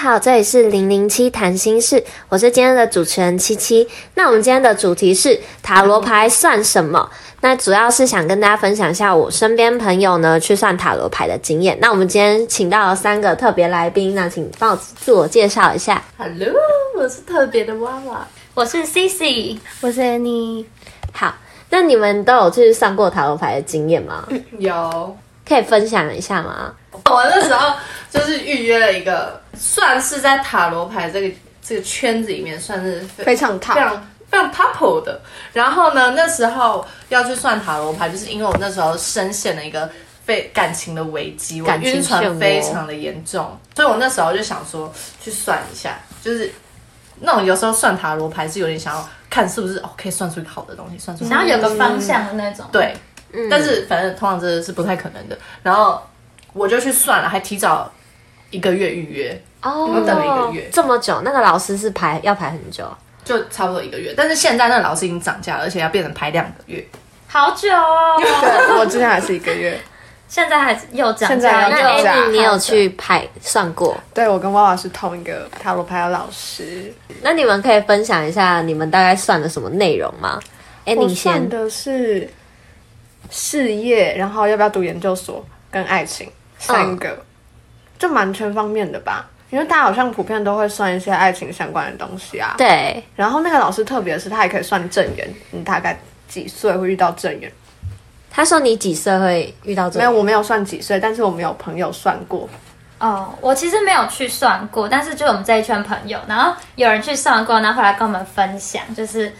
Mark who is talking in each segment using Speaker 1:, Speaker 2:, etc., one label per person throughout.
Speaker 1: 好，这里是零零七谈心事，我是今天的主持人七七。那我们今天的主题是塔罗牌算什么？那主要是想跟大家分享一下我身边朋友呢去算塔罗牌的经验。那我们今天请到了三个特别来宾，那请帮我自我介绍一下。
Speaker 2: Hello，我是特别的娃娃，
Speaker 3: 我是 Cici，
Speaker 4: 我是你
Speaker 1: 好，那你们都有去算过塔罗牌的经验吗？
Speaker 2: 嗯有。
Speaker 1: 可以分享一下吗？
Speaker 2: 我那时候就是预约了一个，算是在塔罗牌这个这个圈子里面算是非
Speaker 4: 非常
Speaker 2: 非
Speaker 3: 啊
Speaker 4: top，
Speaker 2: 常非常 top 的。然后呢，那时候要去算塔罗牌，就是因为我那时候深陷了一个非感情的危机，我
Speaker 1: 感情
Speaker 2: 晕
Speaker 1: 漩
Speaker 2: 船
Speaker 1: 涡
Speaker 2: 非常的严重，所以我那时候就想说去算一下，就是那种有时候算塔罗牌是有点想要看是不是哦可以算出一个好的东西，算出
Speaker 3: 然后有个方向的那种。
Speaker 2: 对，
Speaker 1: 嗯
Speaker 2: 但是反正通常这是不太可能的。然后我就去算了，还提早一个月预约，
Speaker 1: 哦，
Speaker 2: 我等了一个月
Speaker 1: 这么久，那个老师是排要排很久，
Speaker 2: 就差不多一个月。但是现在那老师已经涨价了，而且要变成排两个月。
Speaker 3: 好久哦，
Speaker 4: 对我之前还是一个月，
Speaker 3: 现在还是又涨
Speaker 4: 现在
Speaker 3: 价
Speaker 4: 还
Speaker 1: 那
Speaker 4: 有
Speaker 3: 又
Speaker 2: 啊
Speaker 4: 涨
Speaker 1: Andy，
Speaker 4: 对
Speaker 1: 你有去排算过？
Speaker 4: 对我跟娃娃是同一个塔罗牌的老师。
Speaker 1: 那你们可以分享一下你们大概算了什么内容吗？哎，
Speaker 4: 我
Speaker 1: 你
Speaker 4: 算
Speaker 1: 先，
Speaker 4: 的是事业，然后要不要读研究所跟爱
Speaker 1: 嗯
Speaker 4: 情三个，就蛮全方面的吧。因为大家好像普遍都会算一些爱情相关的东西啊。
Speaker 1: 对，
Speaker 4: 然后那个老师特别是他也可以算正缘，你大概几岁会遇到正缘？
Speaker 1: 他说你几岁会遇到这
Speaker 4: 没
Speaker 1: 个？
Speaker 4: 有，我没有算几岁，但是我们有朋友算过，
Speaker 3: 哦，我其实没有去算过，但是就我们这一圈朋友，然后有人去算过，然后后来跟我们分享，就是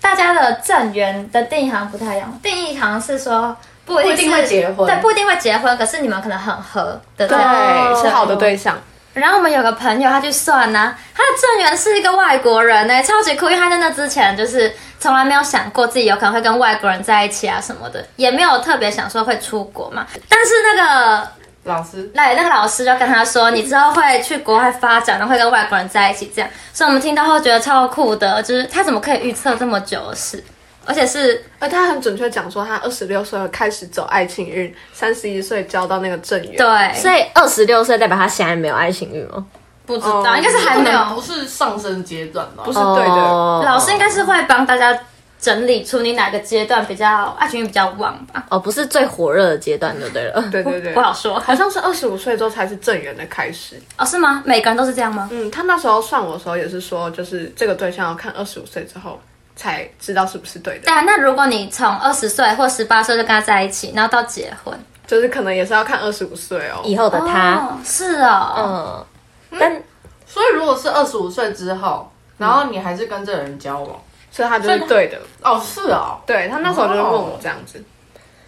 Speaker 3: 大家的正缘的定义好像不太一样，定义好像是说不
Speaker 2: 不一定会
Speaker 3: 是
Speaker 2: 结婚
Speaker 3: 对，不一定会结婚，可是你们可能很合的这
Speaker 4: 对，
Speaker 3: 种。
Speaker 1: 哦
Speaker 4: 是好的对象。
Speaker 3: 然后我们有个朋友，他去算呢、他的正缘是一个外国人呢、超级酷，因为他在那之前就是从来没有想过自己有可能会跟外国人在一起啊什么的，也没有特别想说会出国嘛。但是那个
Speaker 2: 老师，
Speaker 3: 来那个老师就跟他说，你之后会去国外发展，然后会跟外国人在一起这样，所以我们听到后觉得超酷的，就是他怎么可以预测这么久的事，而且是
Speaker 4: 而他很准确讲说，他二十六岁开始走爱情运，三十一岁交到那个正缘。
Speaker 3: 对，
Speaker 1: 所以二十六岁代表他现在没有爱情运哦。
Speaker 3: 不知
Speaker 4: 哦
Speaker 3: 道应该是还没有
Speaker 2: 不是上升阶段吧？不
Speaker 4: 是对的
Speaker 1: 哦
Speaker 3: 老师应该是会帮大家整理出你哪个阶段比较爱情运比较旺吧。
Speaker 1: 哦，不是最火热的阶段就对了。
Speaker 4: 对对对，
Speaker 3: 不好说，
Speaker 4: 好像是二十五岁之后才是正缘的开始。
Speaker 3: 哦，是吗？每个人都是这样吗？
Speaker 4: 嗯，他那时候算我的时候也是说，就是这个对象要看二十五岁之后才知道是不是对的
Speaker 3: 对，啊，那如果你从二十岁或十八岁就跟他在一起，然后到结婚，
Speaker 4: 就是可能也是要看二十五岁哦。
Speaker 1: 以后的他，
Speaker 3: 哦、是哦，
Speaker 1: 嗯，但
Speaker 2: 所以如果是二十五岁之后，然后你还是跟这个人交往，
Speaker 4: 所以他就是对的。
Speaker 2: 哦，是哦，
Speaker 4: 对他那时候就是问我这样子，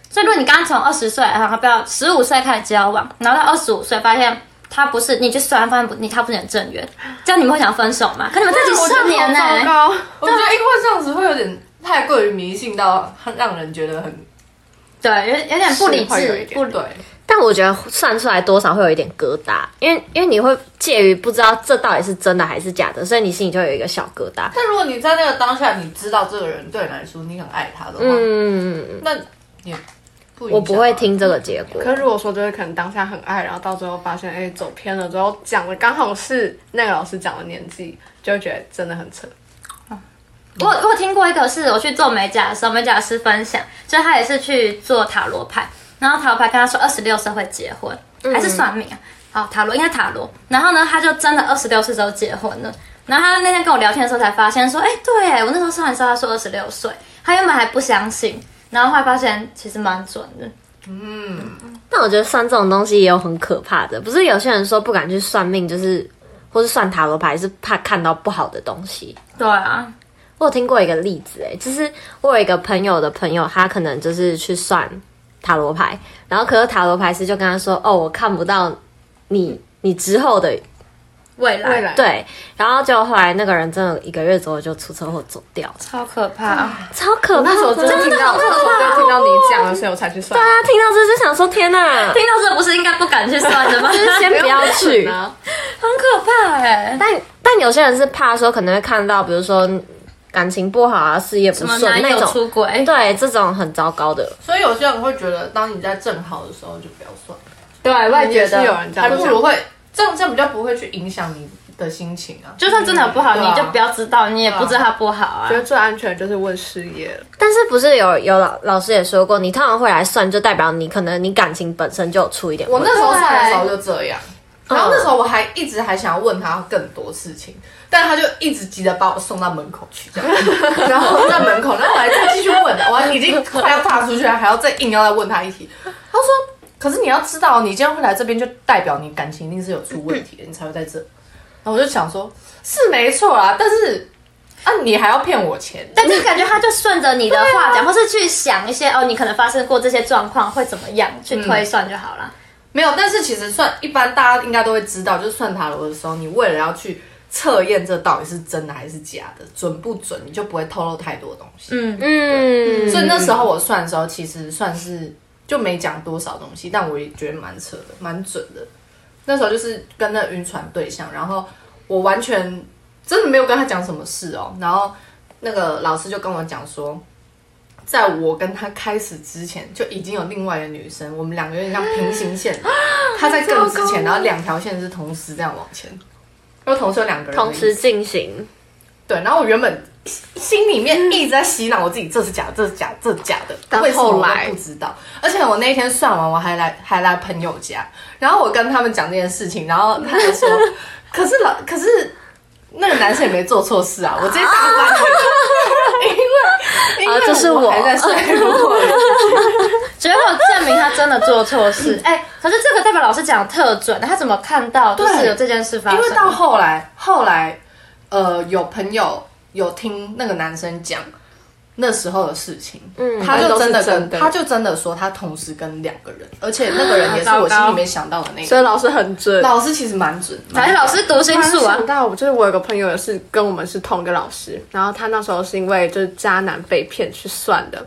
Speaker 3: 所以如果你刚刚从二十岁，然后不要十五岁开始交往，然后到二十五岁发现他不是，你去算发现不，你他不是你的正缘，这样你们会想分手吗？可你们在一起十年呢、
Speaker 4: 好糟糕。
Speaker 2: 我觉得因为这样子会有点太过于迷信到让人觉得很
Speaker 3: 对，有有点不理
Speaker 4: 是会有
Speaker 3: 智，
Speaker 4: 一点
Speaker 3: 不理
Speaker 2: 对。
Speaker 1: 但我觉得算出来多少会有一点疙瘩，因为因为你会介于不知道这到底是真的还是假的，所以你心里就有一个小疙瘩。
Speaker 2: 但如果你在那个当下，你知道这个人对你来说你很爱他的话，
Speaker 1: 嗯，
Speaker 2: 那你不影响啊
Speaker 1: 我不会听这个结果。
Speaker 4: 可是如果说就是可能当下很爱，然后到最后发现哎、走偏了之后讲的刚好是那个老师讲的年纪，就会觉得真的很扯。
Speaker 3: 我我有听过一个是我去做美甲的时候，美甲师分享，就是他也是去做塔罗牌，然后塔罗牌跟他说二十六岁会结婚，还是算命啊？好，塔罗应该塔罗。然后呢，他就真的二十六岁时候结婚了。然后他那天跟我聊天的时候才发现说，哎、对耶，我那时候算的时候他说二十六岁，他原本还不相信，然后后来发现其实蛮准的。
Speaker 1: 但我觉得算这种东西也有很可怕的，不是有些人说不敢去算命，就是或是算塔罗牌，是怕看到不好的东西。
Speaker 3: 对啊，
Speaker 1: 我有听过一个例子、欸，就是我有一个朋友的朋友，他可能就是去算塔罗牌，然后可是塔罗牌师就跟他说：“哦，我看不到你你之后的
Speaker 3: 未来
Speaker 4: 未来
Speaker 1: 对。”然后就后来那个人真的一个月之后就出车祸走掉了，
Speaker 3: 超可怕。
Speaker 1: 超可怕！
Speaker 4: 那时候真的听
Speaker 1: 大
Speaker 4: 到，那时候真的听到你讲了，所以我才去算。
Speaker 1: 家听到这就想说：“天 哪
Speaker 3: 听到这不是应该不敢去算的吗？！”
Speaker 1: 就是先不要去。
Speaker 4: 啊！
Speaker 3: 很可怕哎、
Speaker 1: 但但有些人是怕说可能会看到，比如说感情不好啊、事业
Speaker 3: 什
Speaker 1: 不
Speaker 3: 么
Speaker 1: 顺
Speaker 3: 男
Speaker 1: 那
Speaker 3: 友
Speaker 1: 种，
Speaker 3: 出轨？
Speaker 1: 对这种很糟糕的。
Speaker 2: 所以有些人会觉得，当你在正好的时候就不要算，
Speaker 3: 对，我也
Speaker 4: 也是有人这
Speaker 2: 还
Speaker 4: 样
Speaker 2: 不
Speaker 4: 讲
Speaker 2: 如会这样，这样比较不会去影响你的心情啊。
Speaker 3: 就算真的有不好，
Speaker 4: 对啊
Speaker 3: 你就不要知道，你也
Speaker 2: 对啊
Speaker 3: 不知道它不好啊
Speaker 4: 觉。得最安全的就是问事业了，
Speaker 1: 但是不是有有老老师也说过，你通常会来算，就代表你可能你感情本身就有出一点
Speaker 2: 我
Speaker 1: 问题。
Speaker 2: 那时候上的时候就这样，然后那时候我还一直还想要问他更多事情，但他就一直急着把我送到门口去，这样，然后在门口，然后我还再继续问，我还已经快要踏出去了，还要再硬要再问他一题。他说：“可是你要知道，你今天会来这边，就代表你感情一定是有出问题的，你才会在这。”然后我就想说，是没错啦，但是啊，你还要骗我钱，
Speaker 3: 但是感觉他就顺着你的话讲，或是去想一些哦，你可能发生过这些状况会怎么样，去推算就好了。
Speaker 2: 没有，但是其实算一般，大家应该都会知道，就是算塔罗的时候，你为了要去测验这到底是真的还是假的，准不准，你就不会透露太多东西。
Speaker 3: 嗯，
Speaker 1: 嗯，
Speaker 2: 所以那时候我算的时候，其实算是就没讲多少东西，但我也觉得蛮扯的，蛮准的。那时候就是跟那晕船对象，然后我完全真的没有跟他讲什么事哦。然后那个老师就跟我讲说，在我跟他开始之前，就已经有另外一个女生，我们两个有点像平行线，他在更之前，然后两条线是同时这样往前，因为同时有两个人
Speaker 1: 同
Speaker 2: 而已
Speaker 1: 时进行，
Speaker 2: 对，然后我原本心里面一直在洗脑我自己，这是假的，这是假的，这是假的。
Speaker 4: 但
Speaker 2: 为什么
Speaker 4: 后
Speaker 2: 我
Speaker 4: 来
Speaker 2: 都不知道？而且我那一天算完，我还来还来朋友家，然后我跟他们讲这件事情，然后他们说，可是老可是那个男生也没做错事啊，我直接大翻脸， 因为因
Speaker 1: 啊
Speaker 2: 为
Speaker 1: 这是
Speaker 2: 我
Speaker 1: 我
Speaker 2: 还在睡过了。
Speaker 3: 结果证明他真的做错事。嗯 哎、可是这个代表老师讲得特准，他怎么看到就是
Speaker 2: 对
Speaker 3: 有这件事发生？
Speaker 2: 因为到后来，后来，呃，有朋友有听那个男生讲那时候的事情，嗯，他就真的
Speaker 4: 都是真
Speaker 2: 跟
Speaker 4: 的
Speaker 2: 他就真的说他同时跟两个人，而且那个人也是我心里没想到的 那
Speaker 4: 所
Speaker 2: 个。
Speaker 4: 以老师很准。
Speaker 2: 老师其实蛮准，
Speaker 3: 反正老师读心术啊
Speaker 4: 想，到我就是我有个朋友也是跟我们是同一个老师，然后他那时候是因为就是渣男被骗去算的，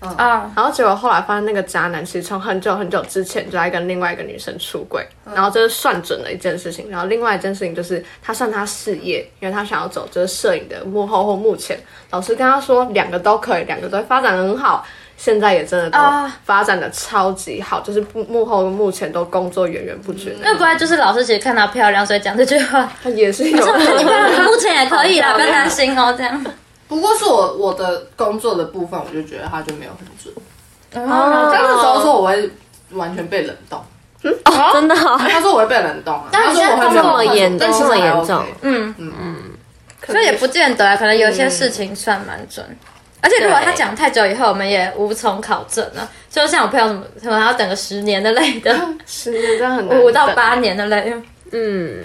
Speaker 3: 啊、
Speaker 4: 然后结果后来发现那个渣男其实从很久很久之前就在跟另外一个女生出轨，
Speaker 3: 嗯
Speaker 4: 然后这是算准了一件事情，然后另外一件事情就是他算他事业，因为他想要走就是摄影的幕后或幕前，老师跟他说两个都可以，两个都会发展得很好。现在也真的都
Speaker 3: 啊
Speaker 4: 发展的超级好就是幕幕后跟幕前都工作源源不绝的。
Speaker 3: 要不然就是老师其实看她漂亮，所以讲这句 话。
Speaker 4: 他也是有，
Speaker 3: 你漂亮，你目前也可以啦，不要担心哦，这样。
Speaker 2: 不过是我我的工作的部分，我就觉得他就没有很准。
Speaker 3: 哦，
Speaker 2: 但那时候说我会完全被冷冻，
Speaker 1: 真的哦、
Speaker 2: 他说我会被冷冻啊，
Speaker 3: 但
Speaker 2: 他
Speaker 3: 你
Speaker 2: 说
Speaker 3: 现在
Speaker 2: 我会被
Speaker 3: 这么
Speaker 2: 冷冻
Speaker 1: 严
Speaker 2: 但其实
Speaker 1: 这么严
Speaker 2: 还 OK
Speaker 1: 重
Speaker 3: 嗯，
Speaker 4: 可
Speaker 3: 所
Speaker 4: 能
Speaker 3: 以也不见得啊，可能有些事情算蛮准。而且如果他讲太久以后，我们也无从考证了。就像我朋友什么，可能要等个十年的类的，
Speaker 4: 十年真的很难等
Speaker 3: 五到八年的类。
Speaker 1: 嗯，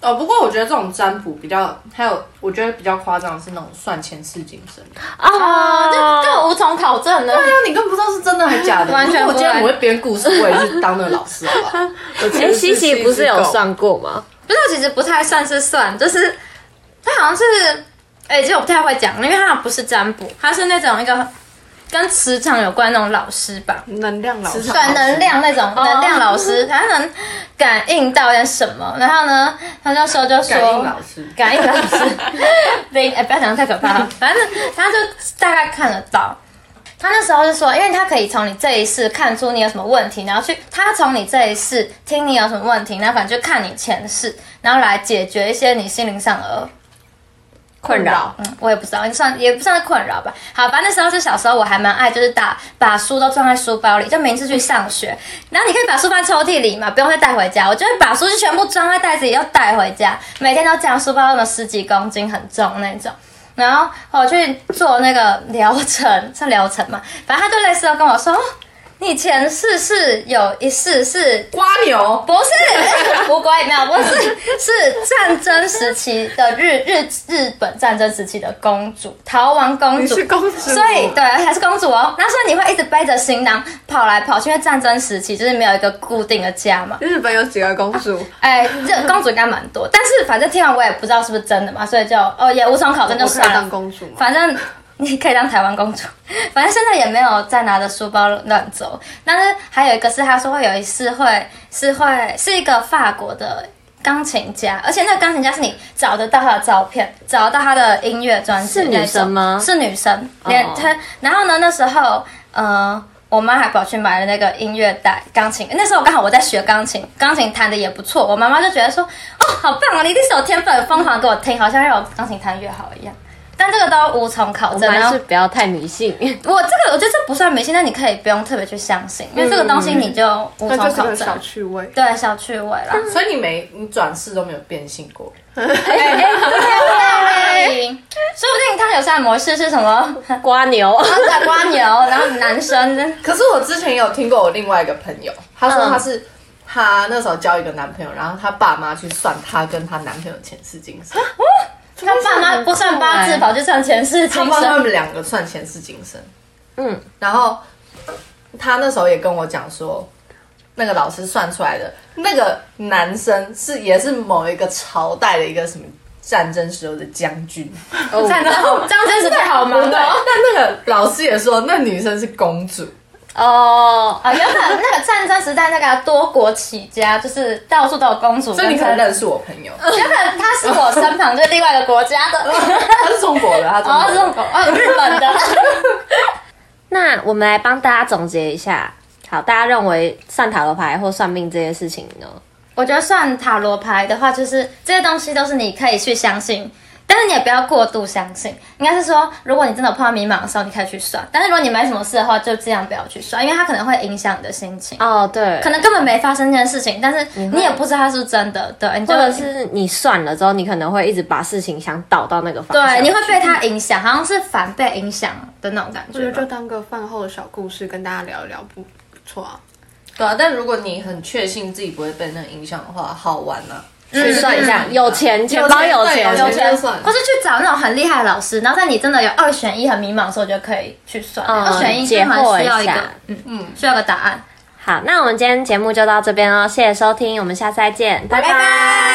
Speaker 2: 哦，不过我觉得这种占卜比较，还有我觉得比较夸张的是那种算前世今生。
Speaker 1: 啊，
Speaker 3: 啊，这这无从考证了。
Speaker 2: 对啊，你根本不知道是真的还是 假的。
Speaker 3: 完全
Speaker 2: 如
Speaker 3: 不
Speaker 2: 果我
Speaker 3: 会
Speaker 2: 今天我会编故事，我也是当那个老师，好不好？
Speaker 1: 哎、西西不是有算过吗？
Speaker 3: 不是，其实不太算是算，就是他好像是，哎、其实我不太会讲，因为他好像不是占卜，他是那种一个跟磁场有关那种老师吧，
Speaker 4: 能量老师
Speaker 2: 磁，
Speaker 3: 对，
Speaker 2: 场
Speaker 3: 能量那种能量老师，他能感应到点什么，然后呢，他那时候就说
Speaker 2: 感应老师，
Speaker 3: 感应老师， 对，哎、不要讲得太可怕了，反正他就大概看得到。他那时候就说，因为他可以从你这一世看出你有什么问题，然后去他从你这一世听你有什么问题，然后反正就看你前世，然后来解决一些你心灵上的
Speaker 1: 困扰，
Speaker 3: 嗯，我也不知道，算也不算是困扰吧。好，反正那时候是小时候，我还蛮爱，就是打把书都装在书包里，就每次去上学，然后你可以把书放在抽屉里嘛，不用再带回家。我就会把书就全部装在袋子里，要带回家，每天都这样，书包那么十几公斤，很重那种。然后我去做那个疗程，是疗程嘛，反正他就类似地跟我说，哦你前世是有一世是
Speaker 2: 瓜牛，
Speaker 3: 不是 无关也没有，不是是战争时期的日日日本战争时期的公主，逃亡公
Speaker 4: 你
Speaker 3: 主。
Speaker 4: 是公主，
Speaker 3: 所以对，还是公主哦。那所以你会一直背着行囊跑来跑去，因为战争时期就是没有一个固定的家嘛。
Speaker 4: 日本有几个公 主？
Speaker 3: 哎，这公主应该蛮多，但是反正听完我也不知道是不是真的嘛，所以就哦也无从考证，就
Speaker 4: 我可以
Speaker 3: 算了
Speaker 4: 当。公主吗？
Speaker 3: 反正你可以当台湾公主， 反正现在也没有再拿着书包乱走。但是还有一个是，他说会有一次会是会是一个法国的钢琴家，而且那个钢琴家是你找得到他的照片，找得到他的音乐专辑，
Speaker 1: 是女生吗
Speaker 3: 是女生，连
Speaker 1: 哦
Speaker 3: 他。然后呢，那时候呃。我妈还跑去买了那个音乐带，钢琴。那时候刚好我在学钢琴，钢琴弹的也不错。我妈妈就觉得说，哦，好棒啊，你一定是有天分，疯狂给我听，好像让我钢琴弹得越好一样。但这个都无从考
Speaker 1: 我
Speaker 3: 证。
Speaker 1: 们
Speaker 3: 然
Speaker 1: 还
Speaker 3: 后
Speaker 1: 是不要太迷信。
Speaker 3: 我这个，我觉得这不算迷信，但你可以不用特别去相信，因为这个东西你就无
Speaker 4: 那
Speaker 3: 从
Speaker 4: 就是
Speaker 3: 考
Speaker 4: 个
Speaker 3: 证。
Speaker 4: 小趣味。
Speaker 3: 对，小趣味啦。
Speaker 2: 所以你没你转世都没有变性过，
Speaker 3: 哎哎对说不定他有在模式是什么？
Speaker 1: 瓜牛，
Speaker 3: 在瓜牛，然后男生的
Speaker 2: 可是我之前也有听过我另外一个朋友，她
Speaker 1: 嗯
Speaker 2: 说她是她那时候交一个男朋友，然后她爸妈去算她跟她男朋友前世今生，
Speaker 3: 他爸妈不算八字，跑去算前世
Speaker 2: 她
Speaker 3: 今
Speaker 2: 帮他
Speaker 3: 生。
Speaker 2: 们两个算前世今生。
Speaker 1: 嗯，
Speaker 2: 然后她那时候也跟我讲说，那个老师算出来的那个男生是也是某一个朝代的一个什么战争时候的将军，
Speaker 1: 哦
Speaker 2: 战争后
Speaker 3: 这样真是太好
Speaker 2: 对，
Speaker 3: 忙了。
Speaker 2: 但那个老师也说，那女生是公主，
Speaker 1: 哦，
Speaker 3: 啊，原本那个战争时代那个多国起家，就是到处都有公主。
Speaker 2: 所以你可能
Speaker 3: 原
Speaker 2: 认识我朋友，
Speaker 3: 本他是我身旁就是另外一个国家的，
Speaker 2: 他是中国的，他中
Speaker 3: 哦，是
Speaker 2: 国
Speaker 3: 中
Speaker 2: 的。
Speaker 3: 国，哦，日本的。
Speaker 1: 那我们来帮大家总结一下。好，大家认为算塔罗牌或算命这些事情呢？
Speaker 3: 我觉得算塔罗牌的话，就是这些东西都是你可以去相信，但是你也不要过度相信。应该是说，如果你真的有碰到迷茫的时候，你可以去算；但是如果你没什么事的话，就尽量不要去算，因为它可能会影响你的心 情。
Speaker 1: 哦，对，
Speaker 3: 可能根本没发生这件事情，但是你也不知道它是不是真的，对，你就
Speaker 1: 嗯或者是你算了之后，你可能会一直把事情想导到那个方向。
Speaker 3: 对，你会被它影响，好像是反被影响的那种感
Speaker 4: 我觉
Speaker 3: 觉
Speaker 4: 得
Speaker 3: 吧。
Speaker 4: 就当个饭后的小故事跟大家聊一聊，不不错啊。
Speaker 2: 对啊，但如果你很确信自己不会被那个影响的话，好玩啊。
Speaker 1: 去算一下，
Speaker 2: 嗯
Speaker 1: 有钱钱包有
Speaker 2: 对
Speaker 1: 钱，
Speaker 2: 有钱就算
Speaker 3: 或是去找那种很厉害的老师，然后在你真的有二选一很迷惑的时候，就可以去算、
Speaker 1: 嗯
Speaker 3: 二选一，
Speaker 1: 解
Speaker 3: 就
Speaker 1: 惑
Speaker 3: 很需
Speaker 1: 一
Speaker 3: 要一个
Speaker 1: 下，
Speaker 3: 嗯嗯，需要一个答案。
Speaker 1: 好，那我们今天节目就到这边哦，谢谢收听，我们下次再见，拜拜